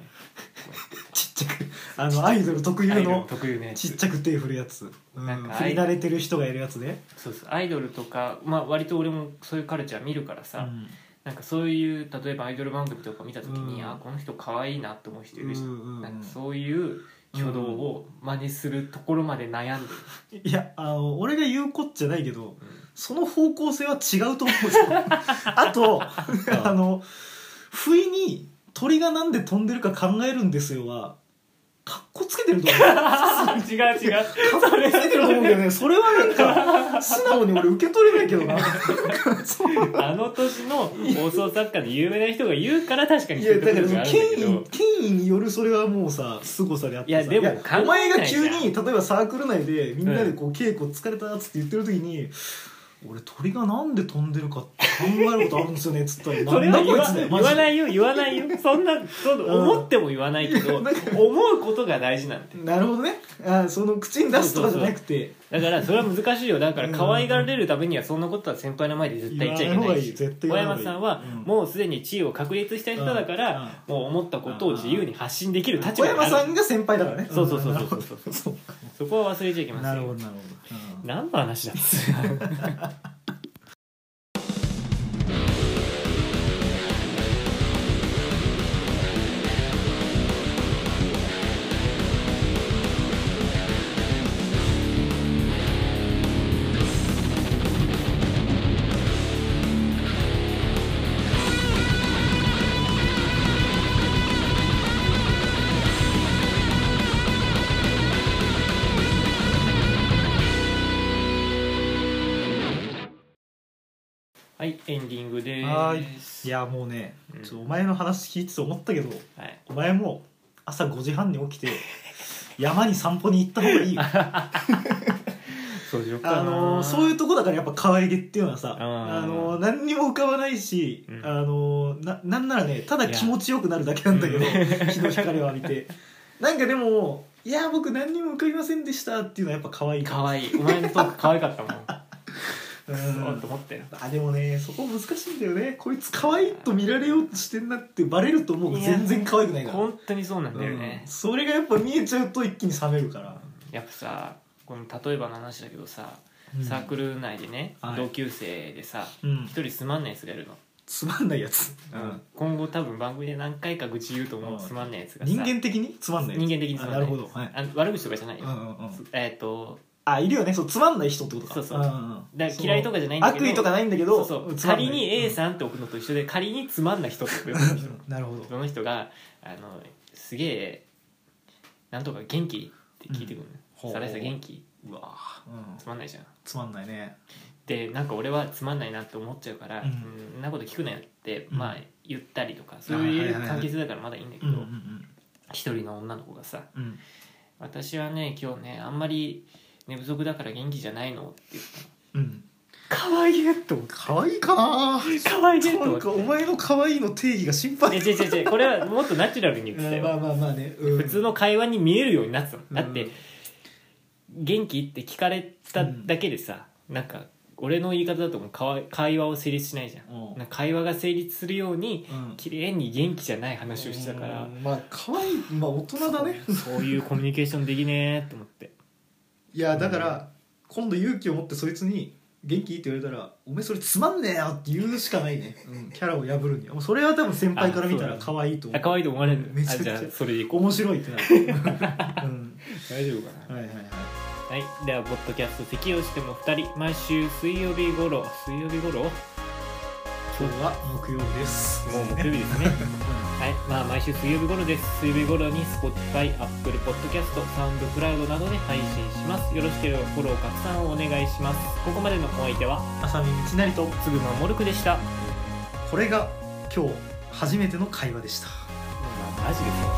[SPEAKER 2] ちっちゃくあのアイドル特有
[SPEAKER 1] アイドル
[SPEAKER 2] の
[SPEAKER 1] 特有のやつ
[SPEAKER 2] ちっちゃく手振るやつ、うん、
[SPEAKER 1] なんか
[SPEAKER 2] 振り慣れてる人がやるやつで、
[SPEAKER 1] そうそうアイドルとか、まあ、割と俺もそういうカルチャー見るから
[SPEAKER 2] う
[SPEAKER 1] さ、
[SPEAKER 2] ん
[SPEAKER 1] なんかそういう例えばアイドル番組とか見た時に、
[SPEAKER 2] うん
[SPEAKER 1] あこの人可愛いなって思う人いるし、
[SPEAKER 2] うんう
[SPEAKER 1] なん
[SPEAKER 2] ん
[SPEAKER 1] かそういう挙動を真似するところまで悩ん
[SPEAKER 2] (laughs)
[SPEAKER 1] でる、
[SPEAKER 2] いやあの俺が言うこっちゃないけど
[SPEAKER 1] うん
[SPEAKER 2] その方向性は違うと思うんですよ
[SPEAKER 1] (laughs)
[SPEAKER 2] あとあの不意に鳥がなんで飛んでるか考えるんですよはかっこつけてると思う
[SPEAKER 1] 違う違う
[SPEAKER 2] かっこつけてると思うけどねそれはなんか素直に俺受け取れないけどなそう
[SPEAKER 1] あの年の放送作家で有名な人が言うから確かに
[SPEAKER 2] い
[SPEAKER 1] そう
[SPEAKER 2] や
[SPEAKER 1] いうと
[SPEAKER 2] だ
[SPEAKER 1] ころがあ
[SPEAKER 2] けど
[SPEAKER 1] るんだけ
[SPEAKER 2] 権
[SPEAKER 1] ど
[SPEAKER 2] 威権威によるそれはもうさ凄さであってさ
[SPEAKER 1] いやでも考えない
[SPEAKER 2] お前が急
[SPEAKER 1] じ
[SPEAKER 2] に例えばサークル内でみんなでこう稽古疲れたっつって言ってる時に、俺鳥がなんで飛んでるかって考えることあるんですよねっつったら
[SPEAKER 1] (laughs) それは言わ
[SPEAKER 2] なんだこいつだよ
[SPEAKER 1] 言
[SPEAKER 2] マジ
[SPEAKER 1] わ
[SPEAKER 2] で
[SPEAKER 1] ないよ言わないよそんなそん
[SPEAKER 2] うん
[SPEAKER 1] な思っても言わないけど思
[SPEAKER 2] なんか
[SPEAKER 1] うことが大事なんて
[SPEAKER 2] なるほどねあーその口に出すとかじゃなくて
[SPEAKER 1] だからそれは難しいよだから可愛がられるためにはそんなことは先輩の前で絶対言っちゃいけないし
[SPEAKER 2] 言わない方がいい絶対言
[SPEAKER 1] 小
[SPEAKER 2] わない方が
[SPEAKER 1] 山
[SPEAKER 2] いい
[SPEAKER 1] さんは
[SPEAKER 2] うん
[SPEAKER 1] もうすでに地位を確立した人だからもう思ったことを自由に発信できる立
[SPEAKER 2] 小
[SPEAKER 1] 場に
[SPEAKER 2] 山
[SPEAKER 1] あ
[SPEAKER 2] さ
[SPEAKER 1] る
[SPEAKER 2] んが先輩だからね
[SPEAKER 1] そうそうそうそう
[SPEAKER 2] ん
[SPEAKER 1] そう
[SPEAKER 2] (laughs) そうか
[SPEAKER 1] そこは忘れちゃいけま
[SPEAKER 2] な
[SPEAKER 1] せ
[SPEAKER 2] る
[SPEAKER 1] ん
[SPEAKER 2] ほ
[SPEAKER 1] よ
[SPEAKER 2] どなるほど、うん
[SPEAKER 1] 何の話だっつうのはいエンディングで
[SPEAKER 2] はー
[SPEAKER 1] ーす
[SPEAKER 2] いやもうね、
[SPEAKER 1] うん
[SPEAKER 2] ちょっとお前の話聞いてて思ったけど
[SPEAKER 1] はい
[SPEAKER 2] お前も朝5時半に起き
[SPEAKER 1] (laughs)
[SPEAKER 2] て山に散歩に行った方がいいよ
[SPEAKER 1] そうしようかな
[SPEAKER 2] あのーそういうとこだからやっぱ可愛げっていうのはさ、
[SPEAKER 1] うん
[SPEAKER 2] あのー何にも浮かばないし、
[SPEAKER 1] うん
[SPEAKER 2] あのーななんならねただ気持ちよくなるだけなんだけど
[SPEAKER 1] いや
[SPEAKER 2] (laughs) 日の光を浴びてなんかでも「いや僕何にも浮かびませんでした」っていうのはやっぱ可愛い
[SPEAKER 1] 可愛いお前のトーク可愛かったもん
[SPEAKER 2] (laughs) うん
[SPEAKER 1] そうと思って
[SPEAKER 2] あでもねそこ難しいんだよねこいつ可愛いと見られようとしてんなってバレると思うが
[SPEAKER 1] いや
[SPEAKER 2] 全然可愛くないから
[SPEAKER 1] 本当にそうなんだよね
[SPEAKER 2] うん、それがやっぱ見えちゃうと一気に冷めるから、
[SPEAKER 1] やっぱさこの例えばの話だけどさ、サーク
[SPEAKER 2] ル、
[SPEAKER 1] ル内でね、
[SPEAKER 2] はい
[SPEAKER 1] 同級生でさ
[SPEAKER 2] うん
[SPEAKER 1] 一、人つまんないやつがいるの、
[SPEAKER 2] つまんないやつ、
[SPEAKER 1] 今後多分番組で何回か愚痴言うと思う、
[SPEAKER 2] うん
[SPEAKER 1] つまんないやつがさ
[SPEAKER 2] 人間的につまんないやつ
[SPEAKER 1] 人間的につまんない
[SPEAKER 2] あなるほど、はい
[SPEAKER 1] あ悪口とかじゃない
[SPEAKER 2] うん
[SPEAKER 1] よ、
[SPEAKER 2] うんうん、
[SPEAKER 1] えっ、と
[SPEAKER 2] あいるよねそうつまんない人ってことか
[SPEAKER 1] そうそうん
[SPEAKER 2] んん
[SPEAKER 1] だから嫌いとかじゃないんだけど
[SPEAKER 2] 悪意とかないんだけど
[SPEAKER 1] そうそう
[SPEAKER 2] つまんない
[SPEAKER 1] 仮に A さんって置くのと一緒
[SPEAKER 2] (laughs)
[SPEAKER 1] で仮につまんない人って置くのと一緒
[SPEAKER 2] うんなるほど
[SPEAKER 1] その人があのすげえなんとか元気って聞いてくる
[SPEAKER 2] うん
[SPEAKER 1] のサラリーさん元気
[SPEAKER 2] うわぁうん
[SPEAKER 1] つまんないじゃん
[SPEAKER 2] つまんないね
[SPEAKER 1] でなんか俺はつまんないなって思っちゃうから、
[SPEAKER 2] うん
[SPEAKER 1] そんなこと聞くなよって、
[SPEAKER 2] うん
[SPEAKER 1] まあ言ったりとかそういう関係性だからまだいいんだけ
[SPEAKER 2] うんう
[SPEAKER 1] ど
[SPEAKER 2] ん
[SPEAKER 1] 一、人の女の子がさ
[SPEAKER 2] うんうん
[SPEAKER 1] 「私はね今日ねあんまり寝不足だから元気じゃないの」って言ったの
[SPEAKER 2] うん
[SPEAKER 1] かわいいと思って
[SPEAKER 2] 可愛いかな
[SPEAKER 1] かわいいと
[SPEAKER 2] な
[SPEAKER 1] 思
[SPEAKER 2] んかお
[SPEAKER 1] って
[SPEAKER 2] 前の可愛いの定義が心配
[SPEAKER 1] え違う違う違うこれはもっとナチュラルに言ってた
[SPEAKER 2] うん
[SPEAKER 1] よ、
[SPEAKER 2] まあまあまあね、うん
[SPEAKER 1] 普通の会話に見えるようになってたのだっ
[SPEAKER 2] う
[SPEAKER 1] て
[SPEAKER 2] ん
[SPEAKER 1] 「元気?」って聞かれただけでさ、なんか俺の言い方だともうかわ会話を成立しないじゃん
[SPEAKER 2] うん
[SPEAKER 1] なんか会話が成立するように
[SPEAKER 2] うん
[SPEAKER 1] 綺麗に元気じゃない話をしてたから
[SPEAKER 2] うんまあ可愛いまあ大人だね
[SPEAKER 1] そういうコミュニケーションできねえって思って
[SPEAKER 2] いやだから今度勇気を持ってそいつに「元気?」って言われたら「おめえそれつまんねえよ」って言うしかないね、 (laughs) うんキャラを破るにはもうそれは多分先輩から見たら可愛いと思
[SPEAKER 1] あ
[SPEAKER 2] う
[SPEAKER 1] 可愛いと思われる
[SPEAKER 2] めちゃ
[SPEAKER 1] あ
[SPEAKER 2] くち
[SPEAKER 1] じ
[SPEAKER 2] ゃ
[SPEAKER 1] ゃあそれでいこ
[SPEAKER 2] 面白いっ
[SPEAKER 1] (laughs)
[SPEAKER 2] てなる、うん、
[SPEAKER 1] う大丈夫かな
[SPEAKER 2] はいはいはい
[SPEAKER 1] はい、ではポッドキャスト咳をしても2人毎週水曜日頃水曜日頃もう
[SPEAKER 2] 今日は木曜日です
[SPEAKER 1] 木曜日ですね
[SPEAKER 2] (laughs) う
[SPEAKER 1] はい、まあ毎週水曜日頃です。水曜日頃に Spotify、Apple Podcast、SoundCloud などで配信します。よろしければフォロー、拡散をお願いします。ここまでのお相手は、
[SPEAKER 2] ん浅見道成と
[SPEAKER 1] つぐまもるくでした。
[SPEAKER 2] これが今日初めての会話でした
[SPEAKER 1] マジですよ。